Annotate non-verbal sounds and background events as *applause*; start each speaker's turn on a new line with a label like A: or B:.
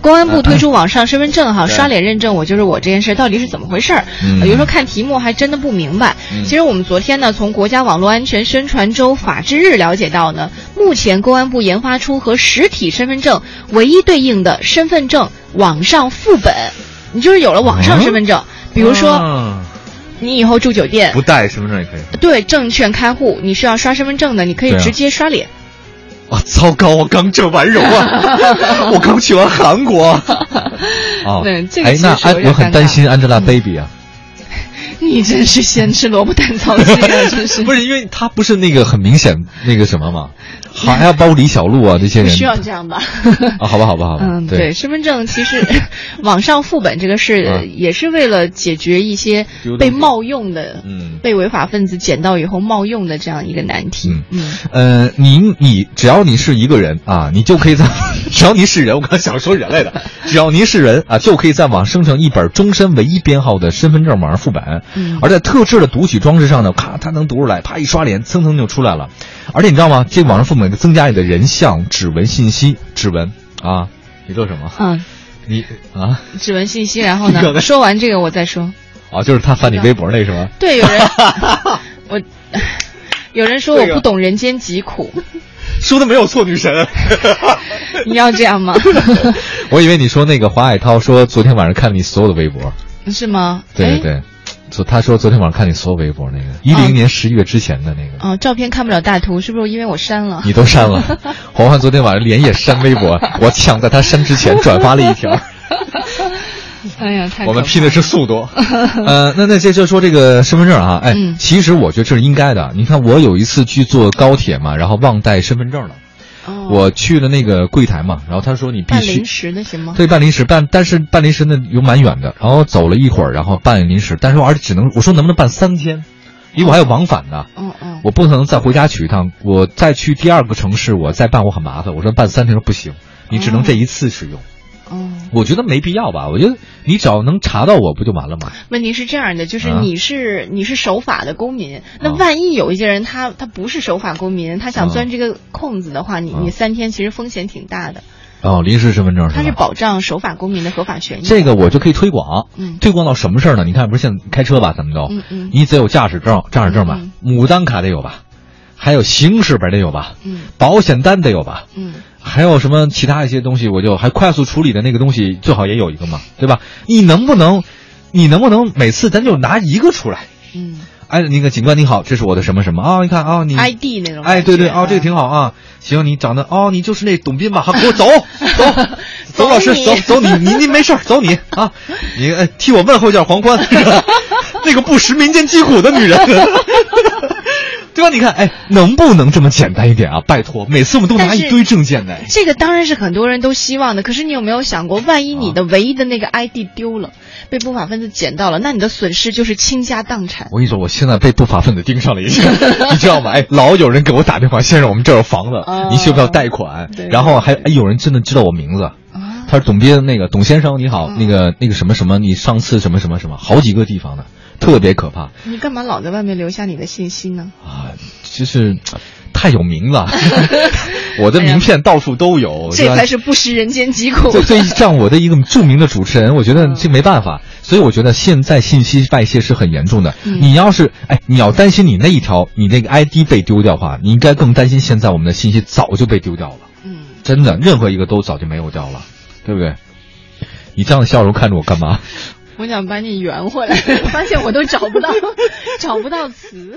A: 公安部推出网上身份证哈，刷脸认证我就是我这件事到底是怎么回事儿？
B: 嗯
A: 呃有时候看题目还真的不明白。其实我们昨天呢，从国家网络安全宣传周法制日了解到呢，目前公安部研发出和实体身份证唯一对应的身份证网上副本，你就是有了网上身份证，比如说呃
B: 啊
A: 你以后住酒店
B: 不，带身份证也可以。
A: 对证券开户，你需要刷身份证的，你可以
B: 对啊
A: 直接刷脸。
B: 啊，糟糕！我刚整完容
A: *laughs*
B: 啊，我刚去完韩国。哦
A: 对这个
B: 哎
A: 其，实
B: 那
A: 有
B: 安
A: 点
B: 我很
A: 尴
B: 担
A: 尬
B: 心 Angelababy 啊，
A: *laughs* 你真是咸吃萝卜淡操心啊！真是
B: 不是因为她不是那个很明显那个什么
A: *laughs*
B: 嘛，还要包李小璐啊这些
A: 不
B: 人。
A: 需要这样吧？
B: *laughs* 啊，好吧，好吧，好吧。
A: 嗯，
B: 对
A: 对，，身份证其实网上副本这个
B: 啊
A: 事也是为了解决一些
B: 丢东
A: 被
B: 西
A: 冒用的、
B: 嗯
A: 被违法分子捡到以后冒用的这样一个难题。
B: 嗯
A: 嗯，
B: 呃，你你只要你是一个人啊，你就可以在， *laughs* 只要你是人，我刚想说人来的，只要您是人啊，就可以在网生成一本终身唯一编号的身份证网上副本，
A: 嗯
B: 而在特制的读取装置上呢，咔，它能读出来，啪一刷脸，蹭蹭就出来了，而且你知道吗？这网上副本增加你的人像、指纹信息、指纹啊，你乐什么？ *laughs*
A: 嗯，
B: 你啊
A: 指纹信息，然后
B: 你刚才
A: 呢？说完这个我再说。
B: 啊，就是他翻你微博那是吗？
A: 对，有人我有人说我不懂人间疾苦，
B: *laughs* 说的没有错，女神。 *laughs*
A: 你要这样吗？
B: 我以为你说那个华海涛说昨天晚上看了你所有的微博，
A: 是吗？
B: 对对
A: 哎。
B: 对，昨他说昨天晚上看你所有微博那个一零年十一月之前的那个，
A: 哦，照片看不了大图，是不是因为我删了？
B: 你都删了。 *laughs* 黄欢昨天晚上连夜删微博，我抢在他删之前转发了一条。
A: *laughs* 哎呀，太
B: 我们
A: 可
B: 拼的是速度。 *laughs*
A: *laughs*
B: 呃，那那接着说这个身份证啊，哎，
A: 嗯
B: 其实我觉得这是应该的。你看，我有一次去坐高铁嘛，然后忘带身份证了，
A: 怕了哦
B: 我去了那个柜台嘛，然后他说你必
A: 办
B: 须
A: 零食的行吗？
B: 对，办临时办，但是办临时呢有蛮远的，然后走了一会儿，然后办临时，但是我而且只能我说能不能办三天，因为我还有往返呢，
A: 嗯嗯，
B: 我不能再回家取一趟，我再去第二个城市我再办我很麻烦，我说办三天说不行，你
A: 哦
B: 只能这一次使用，
A: 嗯，
B: 我觉得没必要吧，我觉得你只要能查到我不就完了吗？
A: 问题是这样的，就是
B: 啊
A: 你是、你是守法的公民，那
B: 啊
A: 万一有一些人他他不是守法公民，他想
B: 啊
A: 钻这个空子的话，你
B: 啊
A: 你三天其实风险挺大的。
B: 哦，临时身份证
A: 它是
B: 吧？
A: 保障守法公民的合法权益。
B: 这个我就可以推广，
A: 嗯
B: 推广到什么事儿呢？你看，不是现在开车吧，咱们都，
A: 嗯嗯
B: 你得有驾驶证，驾驶证吧，牡丹卡得有吧，还有行驶本得有吧，
A: 嗯
B: 保险单得有吧，
A: 嗯
B: 还有什么其他一些东西，我就还快速处理的那个东西，最好也有一个嘛，对吧？你能不能，你能不能每次咱就拿一个出来？
A: 嗯
B: 哎，那个警官您好，这是我的什么什么啊、你看啊、你
A: ，ID 那种感觉。
B: 哎，对对，哦
A: 啊，
B: 这个挺好啊。行，你长得哦，你就是那董斌吧？好，给我
A: *laughs*
B: 走走走，老师
A: 走
B: 走
A: 你
B: 走你，你你没事儿，走你啊，你哎替我问候一下黄欢，
A: *laughs*
B: 那个不食民间疾苦的女人， *laughs* 对吧？你看，哎，能不能这么简单一点啊？拜托，每次我们都拿
A: 但是
B: 一堆证件来。
A: 这个当然是很多人都希望的，可是你有没有想过，万一你
B: 啊
A: 的唯一的那个 ID 丢了，被不法分子捡到了，那你的损失就是倾家荡产。
B: 我跟你说，我现在被不法分子盯上了一下， *laughs* 你知道吗？哎，老有人给我打电话，先生，我们这儿有房子
A: 哦，
B: 您需不需要贷款
A: 对？
B: 然后还哎，有人真的知道我名字，
A: 啊
B: 他说董斌，那个董先生你好，
A: 嗯
B: 那个那个什么什么，你上次什么什么什么，好几个地方的，特别可怕
A: 你干嘛老在外面留下你的信息呢？
B: 啊，就是太有
A: *laughs*
B: 名了，我的名片到处都有，
A: 哎这
B: 吧
A: 才是不食人间疾
B: *laughs*
A: 苦。
B: 对对，这样我的一个著名的主持人，我觉得
A: 嗯
B: 这没办法，所以我觉得现在信息外泄是很严重的。
A: 嗯
B: 你要是哎，你要担心你那一条你那个 ID 被丢掉的话，你应该更担心现在我们的信息早就被丢掉了，
A: 嗯，
B: 真的，任何一个都早就没有掉了，对不对？你这样的笑容看着我干嘛？
A: 我想把你圆回来，发现我都找不到，找不到词。